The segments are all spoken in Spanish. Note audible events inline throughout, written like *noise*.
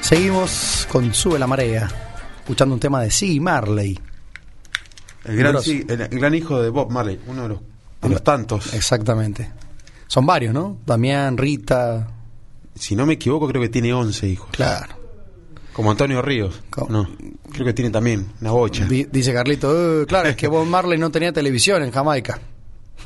Seguimos con Sube la Marea, escuchando un tema de Siggy Marley. El gran, Grosso. sí, el, el gran hijo de Bob Marley, uno de los, de los tantos. Exactamente. Son varios, ¿no? Damián, Rita, Si no me equivoco, creo que tiene 11 hijos. claro. Como Antonio Ríos. Co- No, creo que tiene también una bocha. *laughs* Di- dice Carlito, "Eh, claro, es que Bob Marley no tenía televisión en *laughs* Jamaica.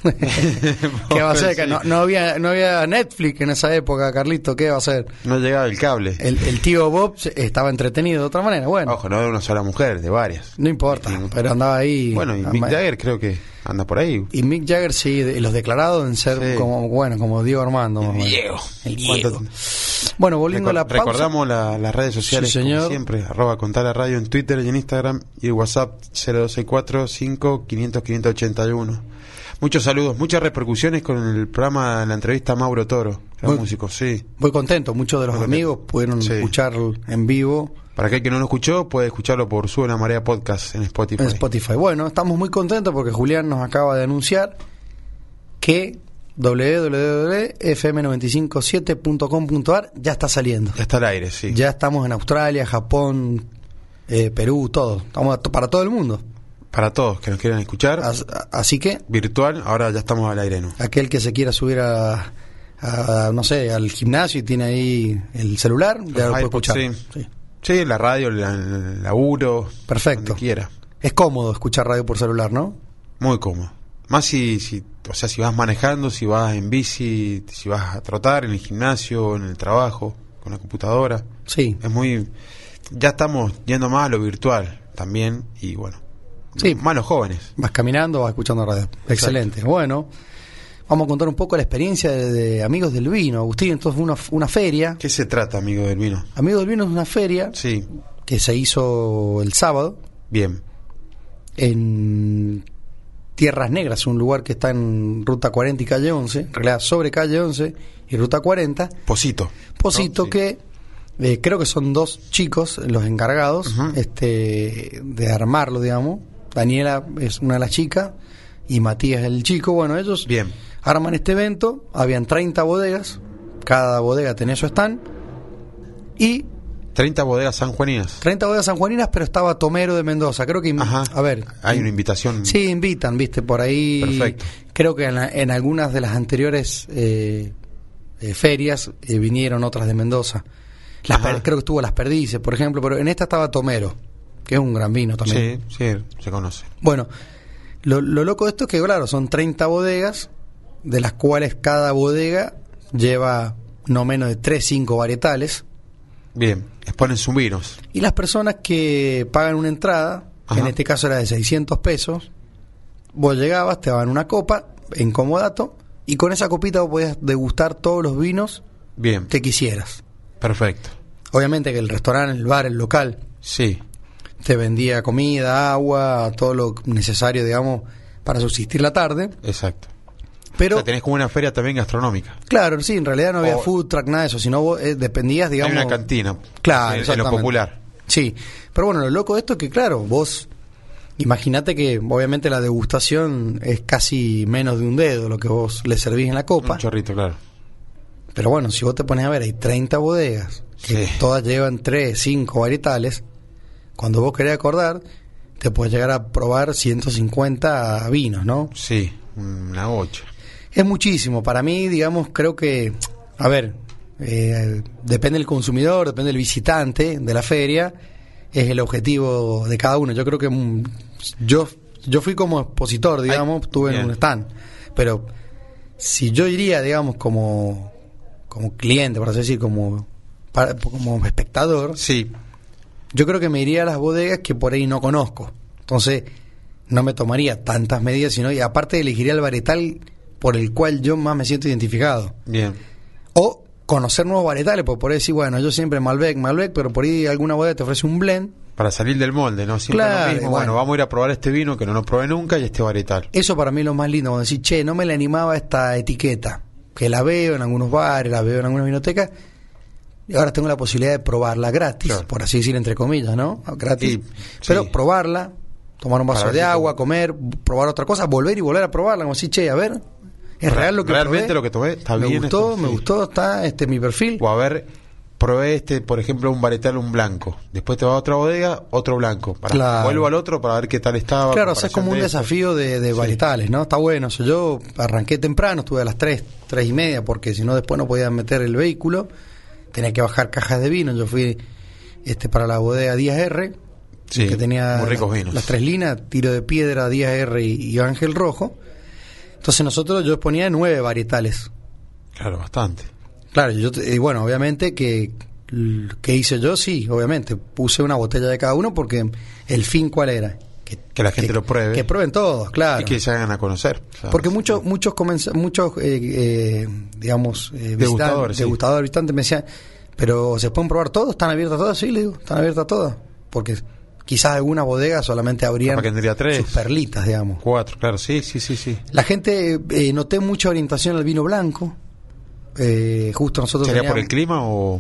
¿Qué va a ser? Que No, no había, no había Netflix en esa época, Carlito, ¿qué va a ser? No llegaba el cable. El, el tío Bob se- estaba entretenido de otra manera, bueno, Ojo, no de una sola mujer, de varias. no importa, pero andaba ahí. Bueno, y ama- Mick Jagger creo que anda por ahí. Y Mick Jagger, sí, de- los declarados en ser Sí. como, bueno, como Diego Armando. más o menos. Diego. El ¿Cuánto- Diego. Bueno, volviendo a la Recor- pausa. Recordamos la- las redes sociales, Sí, como señor. siempre, arroba contar la radio en Twitter y en Instagram y el WhatsApp 0264 5 500 581. Muchos saludos, muchas repercusiones con el programa, la entrevista a Mauro Toro, gran Muy- músico, sí. Muy contento, muchos de los Muy contento. amigos pudieron Sí. escuchar en vivo Para aquel que no lo escuchó, puede escucharlo por Sube la Marea Podcast en Spotify. en Spotify. Bueno, estamos muy contentos porque Julián nos acaba de anunciar que www.fm957.com.ar ya está saliendo. Ya está al aire, sí. Ya estamos en Australia, Japón, eh, Perú, todo. Estamos a- para todo el mundo. Para todos que nos quieran escuchar, As- a- así que virtual, ahora ya estamos al aire, ¿no? aquel que se quiera subir a, a, no sé, al gimnasio y tiene ahí el celular, ya lo puede iPods, escuchar. sí. Sí. Sí, la radio, la, el laburo, Perfecto. donde quiera. Es cómodo escuchar radio por celular, ¿no? Muy cómodo. Más si, si, o sea, si vas manejando, si vas en bici, si vas a trotar en el gimnasio, en el trabajo, con la computadora. Sí. Es muy... Ya estamos yendo más a lo virtual también y bueno. Sí. Más los jóvenes. Vas caminando, vas escuchando radio. Excelente. Bueno, vamos a contar un poco la experiencia de, de Amigos del Vino. Agustín, entonces fue una, una feria. ¿Qué se trata, amigo del vino? Amigos del Vino es una feria Sí, que se hizo el sábado bien. en Tierras Negras, un lugar que está en Ruta 40 y Calle 11, en realidad sobre Calle 11 y Ruta 40. Posito. Posito ¿no? Sí. que eh, creo que son dos chicos los encargados Ujú. este de armarlo, digamos. Daniela es una de las chicas y Matías el chico. Bueno, ellos Bien. arman este evento. Habían 30 bodegas, cada bodega tenía su stand. Y 30 bodegas sanjuaninas. 30 bodegas sanjuaninas, pero estaba Tomero de Mendoza. Creo que, Ajá. a ver, Hay una invitación. Sí, invitan, viste, por ahí. Perfecto. Creo que en, la- en algunas de las anteriores eh, eh, ferias eh, vinieron otras de Mendoza. Las Ajá. per- creo que estuvo Las Perdices, por ejemplo, pero en esta estaba Tomero, que es un gran vino también. Sí, sí, se conoce. Bueno, lo, lo loco de esto es que, claro, son 30 bodegas, de las cuales cada bodega lleva no menos de 3, 5 varietales. Bien. Exponen sus vinos. Y las personas que pagan una entrada, Ajá. en este caso era de 600 pesos, vos llegabas, te daban una copa en comodato y con esa copita vos podías degustar todos los vinos Bien. que quisieras. Perfecto. Obviamente que el restaurante, el bar, el local Sí. te vendía comida, agua, todo lo necesario, digamos, para subsistir la tarde, Exacto. pero o sea, tenés como una feria también gastronómica. claro, sí, en realidad no había O- food truck nada de eso, sino vos eh, dependías, digamos, Hay una cantina. Claro, en- en, lo exactamente. popular. Sí, pero bueno, lo loco de esto es que, claro, vos imaginate que obviamente la degustación es casi menos de un dedo lo que vos le servís en la copa. Un chorrito, claro. Pero bueno, si vos te pones a ver, hay 30 bodegas, que Sí. todas llevan 3, 5 varietales. Cuando vos querés acordar, te puedes llegar a probar 150 vinos, ¿no? Sí, una bocha. Es muchísimo. Para mí, digamos, creo que, a ver, eh, depende del consumidor, depende del visitante de la feria, es el objetivo de cada uno. Yo creo que mm, yo, yo fui como expositor, digamos, estuve en bien. un stand, pero si yo iría, digamos, como, como cliente, por así decir, como, para- como espectador, Sí, yo creo que me iría a las bodegas que por ahí no conozco. Entonces, no me tomaría tantas medidas, sino, y aparte elegiría el varietal por el cual yo más me siento identificado. bien. O conocer nuevos varietales, porque por ahí decir, bueno, yo siempre Malbec, Malbec, pero por ahí alguna bodega te ofrece un blend. Para salir del molde, ¿no? Siempre Claro, lo mismo. bueno. Bueno, vamos a ir a probar este vino que no nos probé nunca y este varietal. Eso para mí es lo más lindo, cuando decís, che, no me le animaba esta etiqueta, que la veo en algunos bares, la veo en algunas vinotecas, y ahora tengo la posibilidad de probarla gratis, Claro. por así decir, entre comillas, ¿no? Gratis. Sí, Pero sí. probarla, tomar un vaso Para ver de si agua, comer, probar otra cosa, volver y volver a probarla, como decir, che, a ver, es real lo que Realmente probé? lo que tomé está me bien. gustó, esto, me sí. gustó, está este mi perfil. O a ver, probé este, por ejemplo, un varietal, un blanco. Después te va a otra bodega, otro blanco. Para, Claro. Vuelvo al otro para ver qué tal estaba. Claro, o sea, es como un comparación de desafío de, de Sí. varietales, ¿no? Está bueno. O sea, yo arranqué temprano, estuve a las 3, 3 y media, porque si no después no podía meter el vehículo. Tenía que bajar cajas de vino. Yo fui este para la bodega 10R, Sí, que tenía muy ricos las- vinos. las tres linas, tiro de piedra, 10R y, y Ángel Rojo. Entonces nosotros yo ponía nueve varietales. esto. Claro, bastante. Claro, yo te- y bueno, obviamente que l- que hice yo sí, obviamente puse una botella de cada uno porque el fin cuál era que, Que la gente lo pruebe. que prueben todos, claro. Y que se hagan a conocer. ¿sabes? Porque muchos, muchos, comenz- muchos eh, eh, digamos, eh, visitantes- Degustadores, sí. degustadores, visitantes me decían, pero ¿se pueden probar todos? ¿Están abiertas todas? Sí, le digo, están abiertas todas. Porque quizás alguna bodega solamente abrían Capaz que tendría tres. sus perlitas, digamos. Cuatro, claro, sí, sí, sí, sí. La gente, eh, noté mucha orientación al vino blanco. Eh, justo nosotros ¿Sería por teníamos- el clima o...?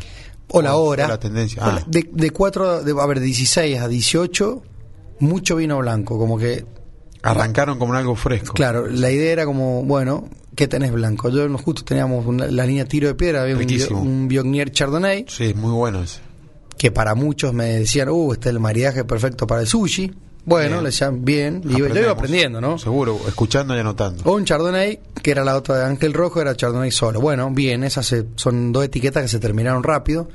o la o- o hora. la tendencia? O la- Ah. De, de cuatro, de, a ver, 16 a 18, mucho vino blanco. Como que Arrancaron como algo fresco. Claro, la idea era como, bueno, ¿qué tenés blanco? Yo no- justo teníamos una- la línea tiro de piedra, había un, bio- Riquísimo. un Biognier Chardonnay, Sí, muy bueno ese. que para muchos me decían, uh, este es el maridaje perfecto para el sushi. Bueno, Bien. le decían, bien, y yo- yo iba Aprendemos. aprendiendo, ¿no? Oh, Seguro, escuchando y anotando. O un Chardonnay, que era la otra de Ángel Rojo, era Chardonnay solo. Bueno, bien, esas se- son dos etiquetas que se terminaron rápido.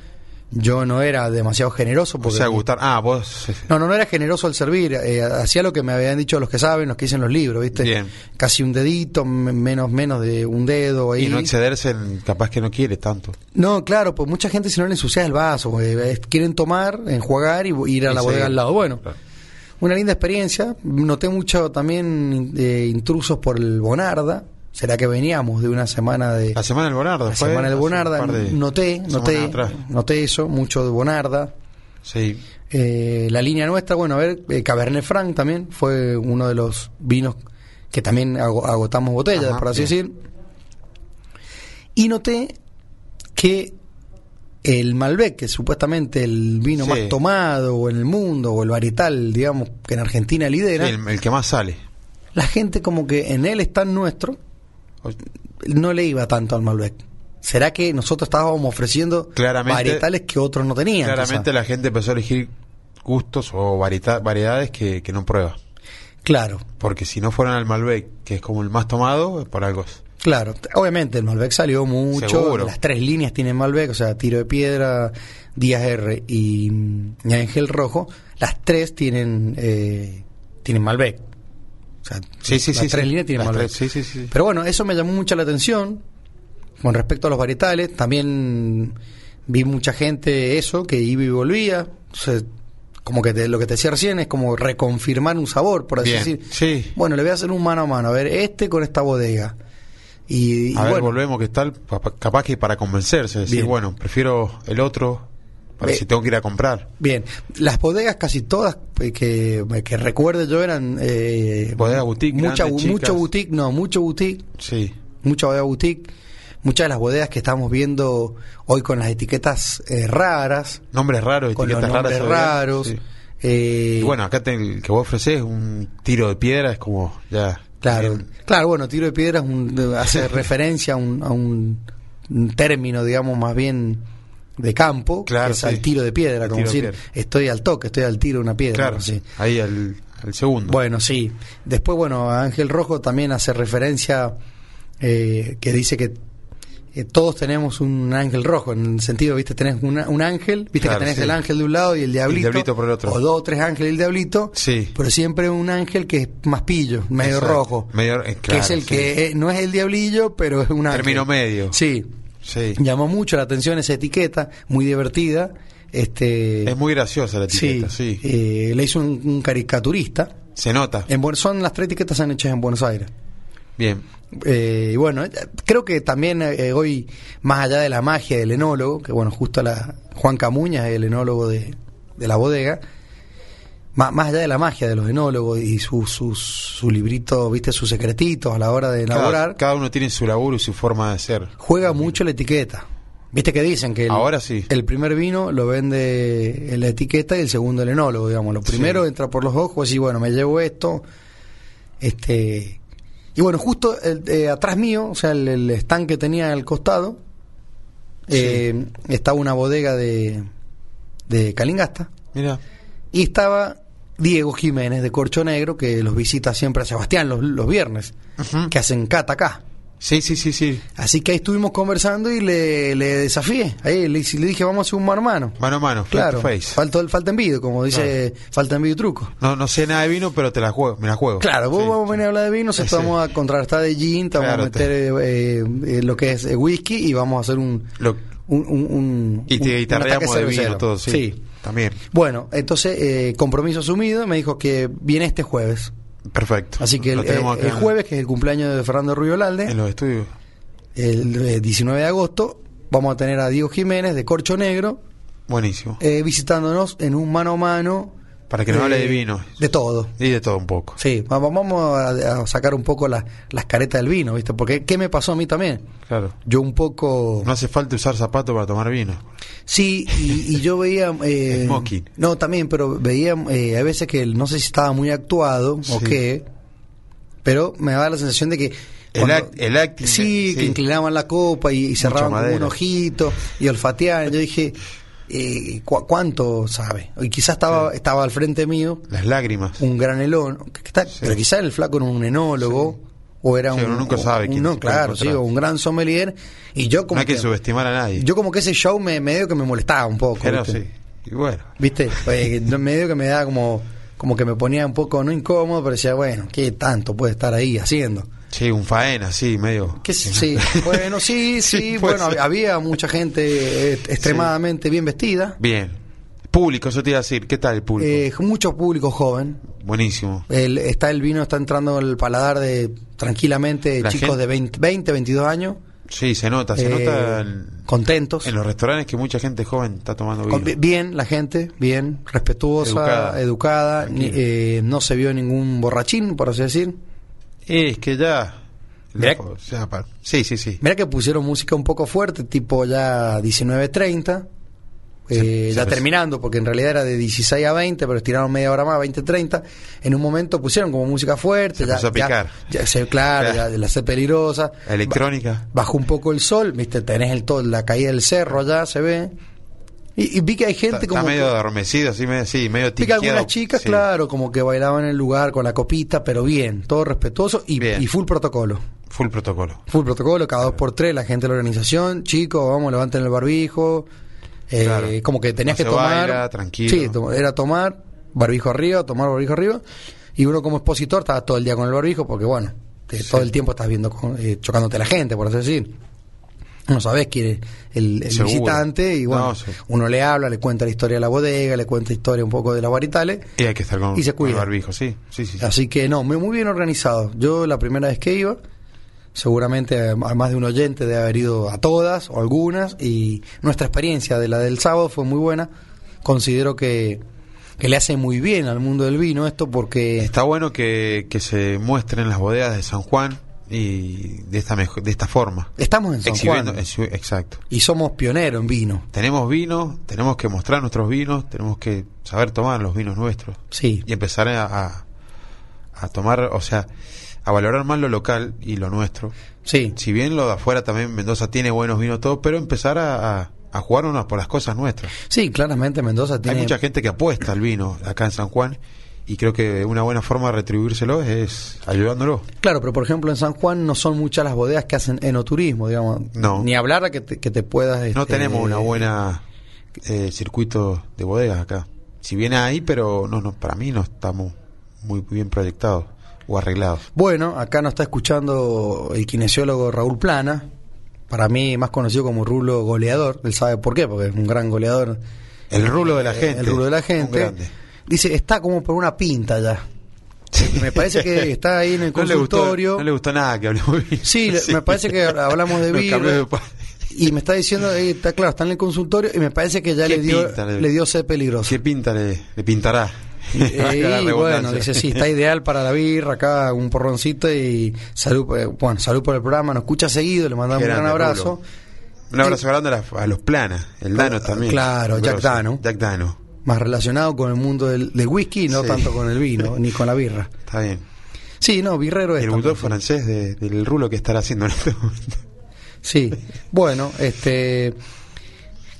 Yo no era demasiado generoso o porque... sea, gustar... Ah, vos... No, no, no era generoso al servir. eh, hacía lo que me habían dicho los que saben, los que dicen los libros, ¿viste? Bien. Casi un dedito, me- menos menos de un dedo ahí. Y no excederse, en- capaz que no quiere tanto. No, claro, pues mucha gente si no le ensucia el vaso. eh, es- quieren tomar, enjuagar y bu- ir a la Y bodega seguir. al lado. Bueno, Claro. una linda experiencia. Noté mucho también eh, intrusos por el Bonarda. ¿Será que veníamos de una semana de... La semana del Bonarda. la fue semana del hace un Bonarda, par de noté, semanas noté, atrás. noté eso, mucho de Bonarda, Sí. Eh, la línea nuestra, bueno, a ver, eh, Cabernet Franc también fue uno de los vinos que también ago- agotamos botellas, Ajá, por así bien. decir. Y noté que el Malbec, que es supuestamente el vino Sí. más tomado o en el mundo, o el varietal, digamos, que en Argentina lidera, Sí, el, el que más sale. la gente como que en él está nuestro, O- no le iba tanto al Malbec. ¿Será que nosotros estábamos ofreciendo Claramente- varietales que otros no tenían? Claramente quizá? la gente empezó a elegir gustos o varieta- variedades que, que no prueba. Claro. Porque si no fueran al Malbec, que es como el más tomado, por algo. es. Claro, t- obviamente el Malbec salió mucho. Seguro. Las tres líneas tienen Malbec, o sea, Tiro de Piedra, Díaz R y, mm, y Ángel Rojo. Las tres tienen, eh, tienen Malbec. O sea, Sí, sí, las sí. tres sí. líneas tienen Las Malbec. tres, sí, sí, sí. Pero bueno, eso me llamó mucho la atención con respecto a los varietales. También vi mucha gente eso, que iba y volvía. O sea, como que te- lo que te decía recién es como reconfirmar un sabor, por así Bien, decir. sí. Bueno, le voy a hacer un mano a mano, a ver, este con esta bodega. Y, y a ver, bueno, volvemos, que tal, pa- pa- capaz que para convencerse, decir, Bien. bueno, prefiero el otro, para Eh. si tengo que ir a comprar. bien. Las bodegas casi todas eh, que, que recuerde yo eran... Eh, Bodegas boutique, mucha, grandes, Mucho chicas. boutique, no, mucho boutique. Sí, mucha bodega boutique, muchas de las bodegas que estamos viendo hoy con las etiquetas eh, raras, nombres raros, con los etiquetas raras. nombres ¿sabías? raros. Sí. eh, Y bueno, acá te- el que vos ofrecés un tiro de piedra, es como ya. claro, bien. claro, bueno, tiro de piedra es un- de- *laughs* hace referencia a, un, a un- un término, digamos, más bien de campo, Claro, que es al sí. tiro de piedra, El como tiro de decir, piedra. estoy al toque, estoy al tiro de una piedra. Claro, algo así. ahí al, al segundo. Bueno, sí. Después, bueno, Ángel Rojo también hace referencia eh, que dice que eh, todos tenemos un ángel rojo, en el sentido, viste, tenés una- un ángel, viste Claro, que tenés sí. el ángel de un lado y el diablito, diablito por el otro. o dos o tres ángeles y el diablito, Sí. pero siempre un ángel que es más pillo, medio Exacto. rojo, Medio- eh, que claro, es el sí. que eh, no es el diablillo, pero es un ángel. Término medio. Sí. Sí. Llamó mucho la atención esa etiqueta, muy divertida. Este, Es muy graciosa la etiqueta, sí. eh, le hizo un- un caricaturista. Se nota. En Buen- son las tres etiquetas que han hechas en Buenos Aires. Bien. Eh, y bueno, eh, creo que también eh, hoy, más allá de la magia del enólogo, que bueno, justo la, Juan Camuña es el enólogo de, de la bodega, má- más, allá de la magia de los enólogos y su, su, su librito, viste, sus secretitos a la hora de Cada, elaborar, cada uno tiene su laburo y su forma de ser. juega mucho la etiqueta. Viste que dicen que el, Ahora sí. el primer vino lo vende la etiqueta y el segundo el enólogo, digamos. Lo primero Sí. entra por los ojos y bueno, me llevo esto. Este y bueno, justo el- eh, atrás mío, o sea, el, el stand que tenía al costado, eh, estaba una bodega de, de Calingasta Mira, y estaba Diego Jiménez de Corcho Negro, que los visita siempre a Sebastián los, los viernes, Ujú. que hacen cata acá. sí, sí, sí, sí. Así que ahí estuvimos conversando y le, le desafié. Ahí le, le dije, vamos a hacer un mano a mano. Mano a mano, face Claro, to face. falta el falta en vídeo, como dice, falta en vídeo truco. No, no sé nada de vino, pero te la juego, me la juego. Claro, vos Sí, vamos a venir a hablar de vinos, Sí. esto vamos a contrarrestar de gin, te vamos Claro, a meter eh, eh, eh, lo que es eh, whisky y vamos a hacer un Lo- un, un- un- y un- te un guitarreamos ataque de cervecero. vino, todo, sí. También. Bueno, entonces eh, compromiso asumido, me dijo que viene este jueves. Perfecto. Así que Lo el, tenemos eh, acá el en- jueves, que es el cumpleaños de Fernando Rubio En Lalde, los estudios. el, eh, 19 de agosto, vamos a tener a Diego Jiménez de Corcho Negro Buenísimo. eh, visitándonos en un mano a mano. Para que nos eh, hable de vino. De todo. Y de todo un poco. Sí, va- va- vamos a, a sacar un poco la- las caretas del vino, ¿viste? Porque ¿qué me pasó a mí también? Claro. Yo un poco... No hace falta usar zapatos para tomar vino. Sí, y, y yo *laughs* veía... eh, Smoking. No, también, pero veía eh, a veces que el- no sé si estaba muy actuado o Sí. qué, pero me daba la sensación de que... El, cuando- act- el acting. sí, que inclinaban la copa y, y cerraban como un madera. ojito y olfateaban. Yo dije, eh, ¿cu- ¿cuánto sabe? Y quizás estaba, estaba al frente mío Las lágrimas. un gran enólogo, que está- pero quizás el flaco era un enólogo o era Sí, un uno nunca sabe un- quién no, se puede claro, sí, encontrar. o un gran sommelier y yo No como hay que, que- subestimar a nadie. yo como que ese show me medio que me molestaba un poco, Pero ¿viste? sí. Y bueno. *laughs* ¿Viste? Eh, no, medio que me daba como como que me ponía un poco no incómodo, pero decía, bueno, qué tanto puede estar ahí haciendo. Sí, un faena, sí, medio. Que sí, *laughs* *laughs* bueno, sí, sí, Sí, puede bueno, ser. había mucha gente eh, extremadamente bien vestida, Bien. Público, eso te iba a decir. ¿Qué tal el público? eh, mucho público joven. Buenísimo. El, está el vino, está entrando al paladar de tranquilamente La chicos gente- de 20, 20, 22 años. Sí, se nota. Se eh, nota en, contentos. en los restaurantes que mucha gente joven está tomando vino. Con- bien la gente, bien, respetuosa, Educada. educada. ni- Tranquila. eh, no se vio ningún borrachín, por así decir. Es que ya. Mirá- loco, o sea, pa- sí, sí, sí. Mira que pusieron música un poco fuerte, tipo ya 19.30. eh, Se- ya se- terminando, porque en realidad era de 16 a 20, pero estiraron media hora más, 20-30. En un momento pusieron como música fuerte. Se ya, puso a ya- picar. ya se- claro, Claro. ya la sed peligrosa. La electrónica. bajó un poco el sol, viste, tenés el todo, la caída del cerro ya se ve. Y, y vi que hay gente Está, está como que- medio adormecido, así, medio, sí, medio vi que algunas tinqueado, chicas, sí. claro, como que bailaban en el lugar con la copita, pero bien, todo respetuoso y, Bien. y full protocolo. Full protocolo. Full protocolo, cada dos por tres, la gente de la organización, chicos, vamos, levanten el barbijo. Eh, Claro. Como que tenías que No se tomar. baila, tranquilo. Sí, to- era tomar barbijo arriba, tomar barbijo arriba. Y uno como expositor estaba todo el día con el barbijo porque, bueno, te- Sí. todo el tiempo estás viendo, con- eh, chocándote a la gente, por así decir. No sabes quién es el, el Seguro. visitante y, bueno, No, sí. uno le habla, le cuenta la historia de la bodega, le cuenta la historia un poco de las baritales. Y hay que estar con, Y se con el cuida. barbijo, sí. Sí, sí. sí. Así que no, muy muy bien organizado. Yo la primera vez que iba, seguramente eh, a más de un oyente de haber ido a todas o algunas, y nuestra experiencia de la del sábado fue muy buena. Considero que, que le hace muy bien al mundo del vino esto porque... Está bueno que, que se muestren las bodegas de San Juan y de esta, mejo- de esta forma. Estamos en San Exhibiendo- Juan exhi- exacto. y somos pioneros en vino. Tenemos vino, tenemos que mostrar nuestros vinos, tenemos que saber tomar los vinos nuestros Sí, y empezar a, a, a tomar, o sea, a valorar más lo local y lo nuestro. sí. Si bien lo de afuera también, Mendoza tiene buenos vinos, todo, pero empezar a, a, a jugar unas por las cosas nuestras. Sí, claramente Mendoza tiene... Hay mucha gente que apuesta al vino acá en San Juan y creo que una buena forma de retribuírselo es ayudándolo. Claro, pero por ejemplo en San Juan no son muchas las bodegas que hacen enoturismo, digamos. No. Ni hablar a que te, que te puedas... No este, tenemos una buena eh, circuito de bodegas acá. Si bien hay, pero no, no, para mí no estamos muy bien proyectados o arreglados. Bueno, acá nos está escuchando el kinesiólogo Raúl Plana, para mí más conocido como Rulo Goleador, él sabe por qué, porque es un gran goleador, El rulo de la eh, gente. el rulo de la Un gente. grande. Dice, está como por una pinta ya. Me parece que está ahí en el *laughs* No le gustó- consultorio. No le gustó, nada que hablemos bien. Sí, le- me parece que hablamos *laughs* de Nos vino. cambió de pa- Y me está diciendo, eh, está claro, está en el consultorio y me parece que ya ¿Qué le dio, pinta le- le dio sed peligroso. ¿Qué pinta le, le pintará? *laughs* *laughs* Eh, La y bueno, redundancia. dice, sí, está ideal para la birra, acá un porroncito y salud, por- bueno, salud por el programa, nos escucha seguido, le mandamos Qué un gran grande, abrazo. *laughs* Un abrazo grande a, las- a los planas, el Dano también. Claro, Jack Grosso. Dano. Jack Dano, Más relacionado con el mundo del, del whisky, no Sí. tanto con el vino, ni con la birra. está bien. Sí, no, birrero es. El Pues también. *laughs* bulldog francés de- del rulo que estará haciendo en este momento. Sí, bueno, este.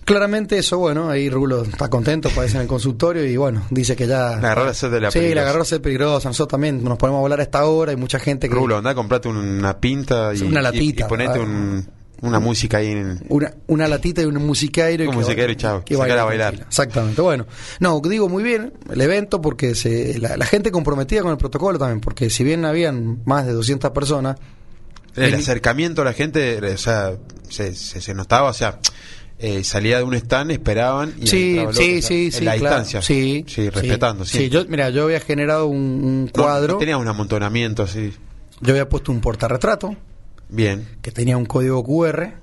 Claramente eso, bueno, ahí Rulo está contento, parece en el consultorio y bueno, dice que ya... La agarró la sed de la Sí, peligrosa. la agarró la sed peligrosa, nosotros también nos ponemos a volar a esta hora y mucha gente que... Rulo, andá, comprate una pinta y, Una y- latita, y ponete ah. un- una música ahí. En, Una, una latita y un musicairo. y Un que- musicairo y chao, sacar a bailar. tranquila. Exactamente. Bueno, no, digo muy bien el evento porque se, la, la gente comprometida con el protocolo también, porque si bien habían más de 200 personas, el Vení. acercamiento a la gente, o sea, se, se- se notaba, o sea, eh, salía de un stand, esperaban y sí, entraba el otro, sí, o sea, sí, en sí, la claro. distancia. sí, sí, respetando. Sí, sí. yo, mira, yo había generado un, un No, cuadro, Tenías un amontonamiento así. yo había puesto un portarretrato Bien. que tenía un código QR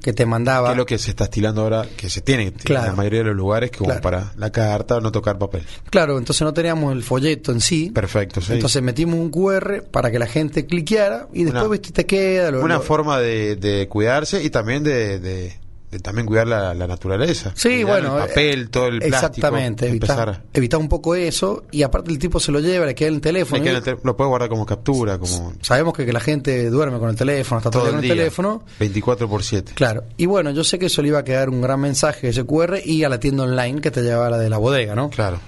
que te Que mandaba es lo que se está estilando ahora, que se tiene Claro. en la mayoría de los lugares, que como Claro. para la carta no tocar papel. Claro, entonces no teníamos el folleto en sí. Perfecto, sí. Entonces metimos un QR para que la gente cliqueara y después Una- viste te queda. lo- una lo- forma de, de cuidarse y también de, de- de también cuidar la, la naturaleza. Sí, Cuidar bueno. El papel, eh, todo el plástico. Exactamente, Empezar evitar, a- evitar un poco eso y aparte el tipo se lo lleva, le queda en el teléfono. hay que y- meter- lo puedes guardar como captura, como Sabemos que, que la gente duerme con el teléfono, está todo el todo día el con día. el teléfono. 24 por 7. Claro, y bueno, yo sé que eso le iba a quedar un gran mensaje ese QR y a la tienda online que te llevaba la de la bodega, ¿no? Claro.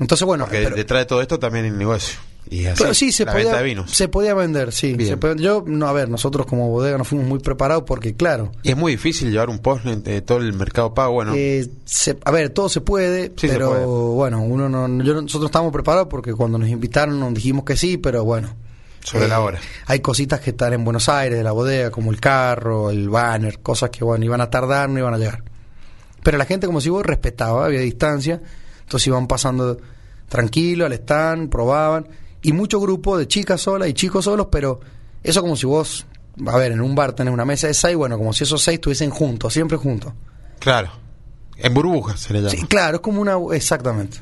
Entonces, bueno, Porque pero- detrás de todo esto también el negocio. Y así, Pero sí, se la podía, venta de vinos. se podía vender, sí. Bien. Se podía- yo, no, a ver, nosotros como bodega no fuimos muy preparados porque, claro, Y es muy difícil llevar un postnet de todo el mercado pago. Bueno, eh, se- a ver, todo se puede, Sí, se pero puede. bueno, uno no, yo no- nosotros estábamos preparados porque cuando nos invitaron nos dijimos que sí, pero bueno. sobre eh, la hora. Hay cositas que están en Buenos Aires, de la bodega, como el carro, el banner, cosas que, bueno, iban a tardar, no iban a llegar. Pero la gente, como si vos, respetaba, había distancia, entonces iban pasando tranquilo al stand, probaban, y mucho grupo de chicas solas y chicos solos, pero eso como si vos, a ver, en un bar tenés una mesa de seis, bueno, como si esos seis estuviesen juntos, siempre juntos. Claro. En burbujas se le llama. Sí, claro, es como una... Exactamente.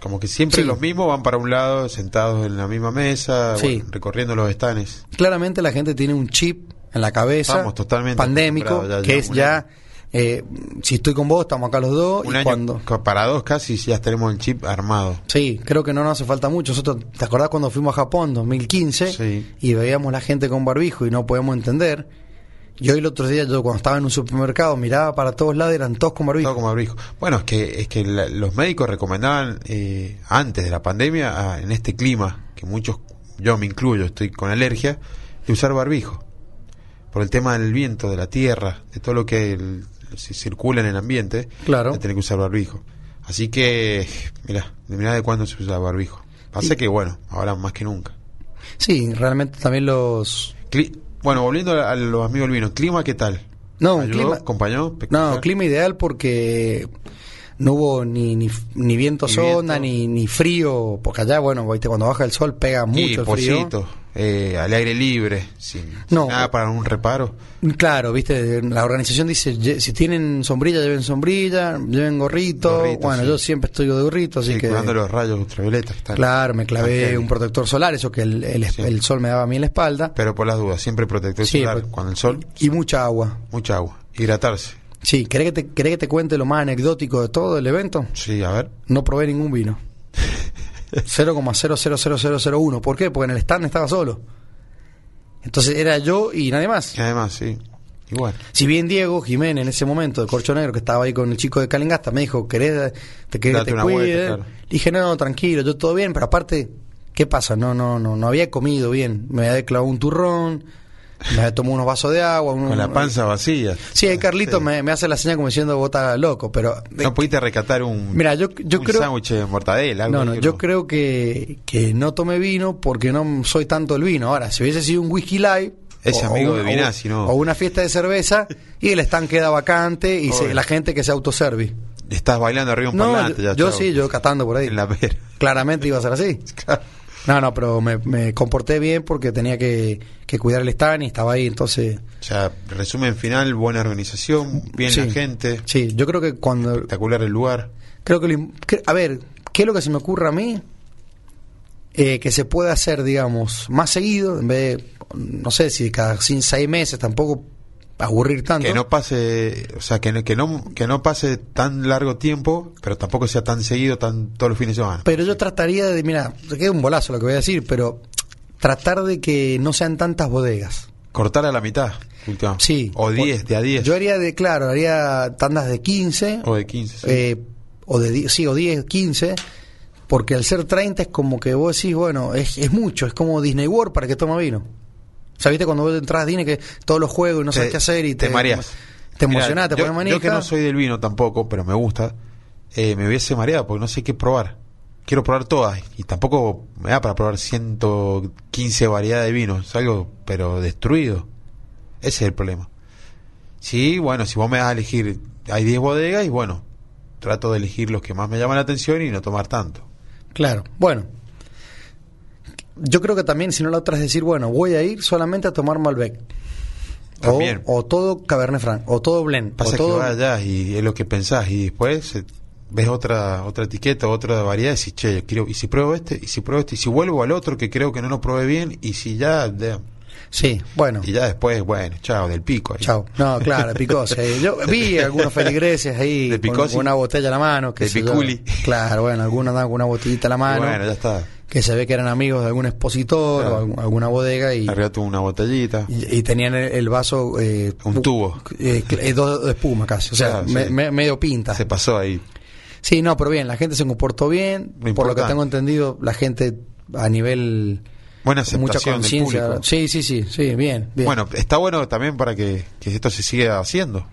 Como que siempre Sí. los mismos van para un lado, sentados en la misma mesa, Sí. bueno, recorriendo los estanes. Claramente la gente tiene un chip en la cabeza Estamos totalmente pandémico, acostumbrados, ya que es llevamos ya, eh, si estoy con vos, estamos acá los dos, Un Oh, y año cuando... co- para dos casi ya tenemos el chip armado. Sí, creo que no nos hace falta mucho. Nosotros, ¿te acordás cuando fuimos a Japón 2015 Sí. y veíamos la gente con barbijo y no podíamos entender? Yo el otro día, yo cuando estaba en un supermercado, miraba para todos lados, y eran todos con barbijo. Todo como barbijo. Bueno, es que, es que la- los médicos recomendaban eh, antes de la pandemia, a- en este clima, que muchos, yo me incluyo, estoy con alergia, de usar barbijo. Por el tema del viento, de la tierra, de todo lo que el- se circula en el ambiente, Claro. de tener que usar barbijo. Así que, mira, mirá de cuándo se usa barbijo. Pasa Y- que, bueno, ahora más que nunca. Sí, realmente también los... Cli- bueno, volviendo a, a los amigos del vino, ¿clima qué tal? No, un ¿Ayudó? clima- ¿Acompañó? No, clima ideal porque no hubo ni, ni, ni viento Ni sonda, viento. ni, ni frío, porque allá, bueno, viste, cuando baja el sol pega Y mucho el frío. pocito, eh, al aire libre, sin, sin No. nada para un reparo. Claro, viste, la organización dice, "Lle- si tienen sombrilla, lleven sombrilla, lleven gorrito. Gorrito, bueno, sí. yo siempre estoy de gorrito, así Sí, que... curando los rayos ultravioletas. que están- Claro, me clavé están heavy. un protector solar, eso que el, el- Sí. el sol me daba a mí en la espalda. Pero por las dudas, siempre protector Sí, solar pues- con el sol, Y mucha agua. mucha agua. Hidratarse. Sí, ¿querés que, te, querés que te cuente lo más anecdótico de todo el evento? Sí, a ver. No probé ningún *laughs* vino. 0,000001. ¿Por qué? Porque en el stand estaba solo. Entonces era yo y nadie más. Y además, sí. Igual. Si bien Diego Jiménez en ese momento de Corcho Negro, que estaba ahí con el chico de Calengasta, me dijo, ¿querés te querés Date que te una vuelta, cuide? claro. Le dije, no, no, tranquilo, yo todo bien, pero aparte, ¿qué pasa? No, no, no, no había comido bien. Me había clavado un turrón, me había tomado unos vasos de agua. un- Con la panza vacía. Mm. Sí, ahí Carlito Sí. me, me hace la señal como diciendo, bota loco, pero... No pudiste rescatar un, Mira, yo- yo un creo- sándwich de mortadela. algo No, no, ahí que yo creo que, que no tomé vino porque no soy tanto el vino. Ahora, si hubiese sido un whisky live. Ese amigo de Vinazzi, ¿no? O una fiesta de cerveza y el stand queda vacante y se- Obvio. la gente que se autoservi. Estás bailando arriba un No, parlante. yo, ya, yo chao. sí, yo catando por ahí. En la pera. Claramente iba a ser así. *laughs* Claro. No, no, pero me, me comporté bien porque tenía que, que cuidar el stand y estaba ahí, entonces. O sea, resumen final, buena organización, bien sí. la gente, Sí, yo creo que cuando. espectacular el lugar. Creo que, lo im- que- a ver, ¿qué es lo que se me ocurre a mí? Eh, que se puede hacer, digamos, más seguido, en vez de, no sé, si cada cin- seis meses tampoco aburrir tanto. que no pase o sea que no, que no que no pase tan largo tiempo pero tampoco sea tan seguido tan todos los fines de semana Pero yo trataría de, mira, te queda un bolazo lo que voy a decir, pero tratar de que no sean tantas bodegas. cortar a la mitad Última. Sí. O 10, de a 10. Yo haría de, claro, haría tandas de 15. O de 15. sí. eh, o de die- sí, o 10, 15, porque al ser 30 es como que vos decís, bueno, es, es mucho, es como Disney World para que toma vino. O sea, viste cuando vos entras a Disney que todos los juegos y no sabes Te- qué hacer y te te, mareás. Te Mirá, emocionás, te yo, pones yo que manija. no soy del vino tampoco, pero me gusta, eh, me hubiese mareado porque no sé qué probar. Quiero probar todas y tampoco me da para probar 115 variedades de vinos, es algo pero destruido. Ese es el problema. Sí, bueno, si vos me das a elegir, hay 10 bodegas y bueno, trato de elegir los que más me llaman la atención y no tomar tanto. Claro, bueno. Yo creo que también, si no la otra es decir, bueno, voy a ir solamente a tomar Malbec. O, También. o todo Cabernet Franc, o todo Blend, Pasa o todo... que vas allá y es lo que pensás y después eh, ves otra otra etiqueta, otra variedad y decís, che, yo quiero- y si pruebo este, y si pruebo este, y si vuelvo al otro que creo que no lo probé bien, y si ya, de- Sí, bueno. y ya después, bueno, chao, del pico. ahí. Chao. No, claro, *laughs* picosa. Eh, Yo vi algunos feligreses ahí ¿De con, picosi? con una botella a la mano. Que De piculi. Claro, bueno, algunos andaban con una botellita a la Y mano. bueno, ya está. Que se ve que eran amigos de algún expositor Claro. o algún- alguna bodega y, Arriba tuvo una botellita. y, y tenían el, el vaso. eh, Un bu- tubo. eh, cl- eh, dos de espuma casi. O sea, Claro, me- sí. me- medio pinta. Se pasó ahí. Sí, no, pero bien, la gente se comportó bien. Por Lo lo que importante. tengo entendido, la gente a nivel. Buena Mucha aceptación del conciencia. público. Sí, sí, sí, sí, bien. bien. Bueno, está bueno también para que, que esto se siga haciendo.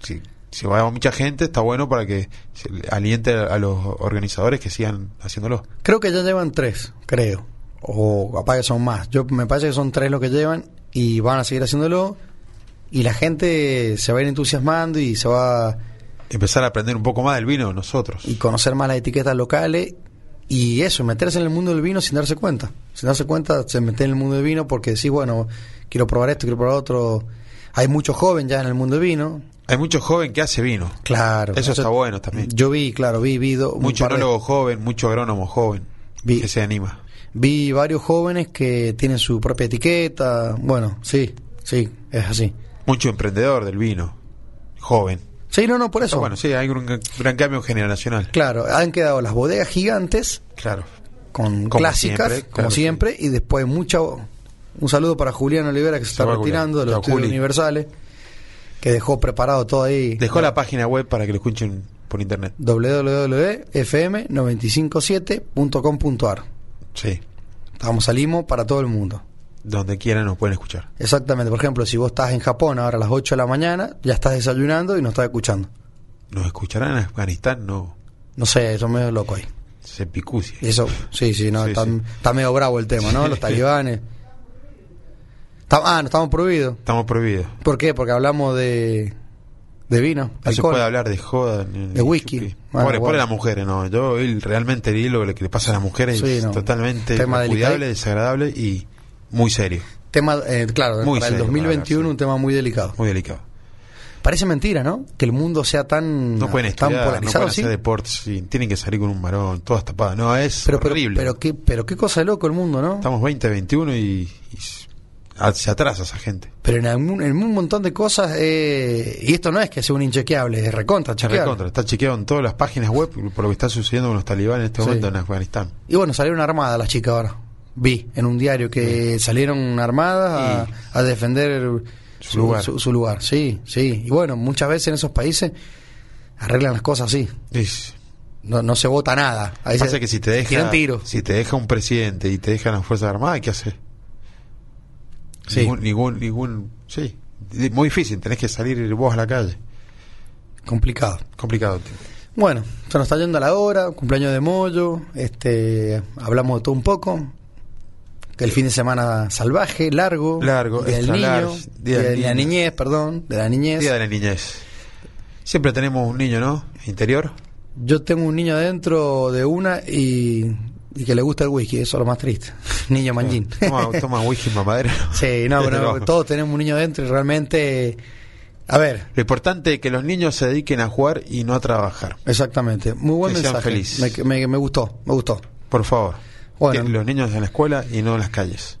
Si, si va mucha gente, está bueno para que se le aliente a los organizadores que sigan haciéndolo. Creo que ya llevan tres, creo. O capaz que son más. Yo me parece que son tres los que llevan y van a seguir haciéndolo. Y la gente se va a ir entusiasmando y se va Empezar a aprender un poco más del vino nosotros. y conocer más las etiquetas locales y eso, meterse en el mundo del vino sin darse cuenta. Sin darse cuenta, se mete en el mundo del vino porque decís, bueno, quiero probar esto, quiero probar otro. Hay mucho joven ya en el mundo del vino. Hay mucho joven que hace vino. Claro. Eso está bueno también. Yo vi, claro, vi, vi, do- un Mucho par de- enólogo joven, mucho agrónomo joven Vi- que se anima. Vi varios jóvenes que tienen su propia etiqueta. Bueno, sí, sí, es así. Mucho emprendedor del vino joven. Sí, no, no, por eso. Pero bueno, sí, hay un gran, gran cambio generacional. Claro, han quedado las bodegas gigantes Claro. con Como clásicas, siempre, como claro, siempre, y después mucha. Un saludo para Julián Olivera que se está Chau, Julián. retirando de los Chau, estudios Juli. universales, que dejó preparado todo ahí. Dejó la página web para que lo escuchen por internet. www.fm957.com.ar. Sí. Vamos, salimos para todo el mundo. Donde quieran nos pueden escuchar. Exactamente, por ejemplo, si vos estás en Japón ahora a las 8 de la mañana, ya estás desayunando y nos estás escuchando. ¿Nos escucharán en Afganistán? No. No sé, eso es medio loco *laughs* ahí. Se picucia. Eso, sí, sí, no, Sí, está, sí. está medio bravo el tema, ¿no? Los talibanes. Está- ah, no estamos prohibidos. Estamos prohibidos. ¿Por qué? Porque hablamos de, de vino, No se alcohol. puede hablar de joda. ni- ni whisky. chupi. Bueno, pobre, bueno. pobre las mujeres, no. Yo él, realmente el hilo lo que le pasa a las mujeres Sí, es no. totalmente Tema cuidable, delicado. desagradable y muy serio, Tema, eh, claro, Muy para serio el para 2021 hablar, sí. un tema muy delicado. muy delicado. Parece mentira, ¿no? Que el mundo sea tan, No pueden tan estudiar, no polarizado, pueden sí. hacer deportes, sí, tienen que salir con un marón, todas tapadas. No, es Pero, pero, horrible. pero, qué, pero qué cosa de loco el mundo, ¿no? Estamos 20, 21 y, y s- a- se atrasa esa gente. Pero en, algún- en un montón de cosas, eh, y esto no es que sea un inchequeable, es recontra, Se chequeable. recontra, está chequeado en todas las páginas web por lo que está sucediendo con los talibanes en este Sí. momento en Afganistán. Y bueno, salieron armadas las chicas ahora. Vi en un diario que salieron armadas Sí. a, a defender Su lugar. Su, su lugar. Sí, sí. Y bueno, muchas veces en esos países arreglan las cosas así. Es, No, no se vota nada. Ahí pasa se- que si te deja tiran tiro. si te deja un presidente y te dejan las fuerzas armadas, ¿qué haces? Sí. Ningún, ningún, ningún, sí, Di- muy difícil, tenés que salir vos a la calle. Complicado. Complicado. Bueno, se nos está yendo a la hora, cumpleaños de Moyo, este, hablamos de todo un poco. Que el fin de semana salvaje, largo. Largo, día del extra niño, large, día, de la niñez, perdón, de la niñez. Día de la niñez. Siempre tenemos un niño, ¿no? Interior. Yo tengo un niño adentro de una y, y que le gusta el whisky, eso es lo más triste. *laughs* Niño manjín. *laughs* Toma, toma whisky mamadero. sí, *laughs* no, Desde pero abajo. todos tenemos un niño adentro y realmente... A ver, Lo importante es que los niños se dediquen a jugar y no a trabajar. exactamente. Muy buen Que sean mensaje. felices. Me, me- me gustó, me gustó. Por favor. Bueno. Que los niños en la escuela y no en las calles.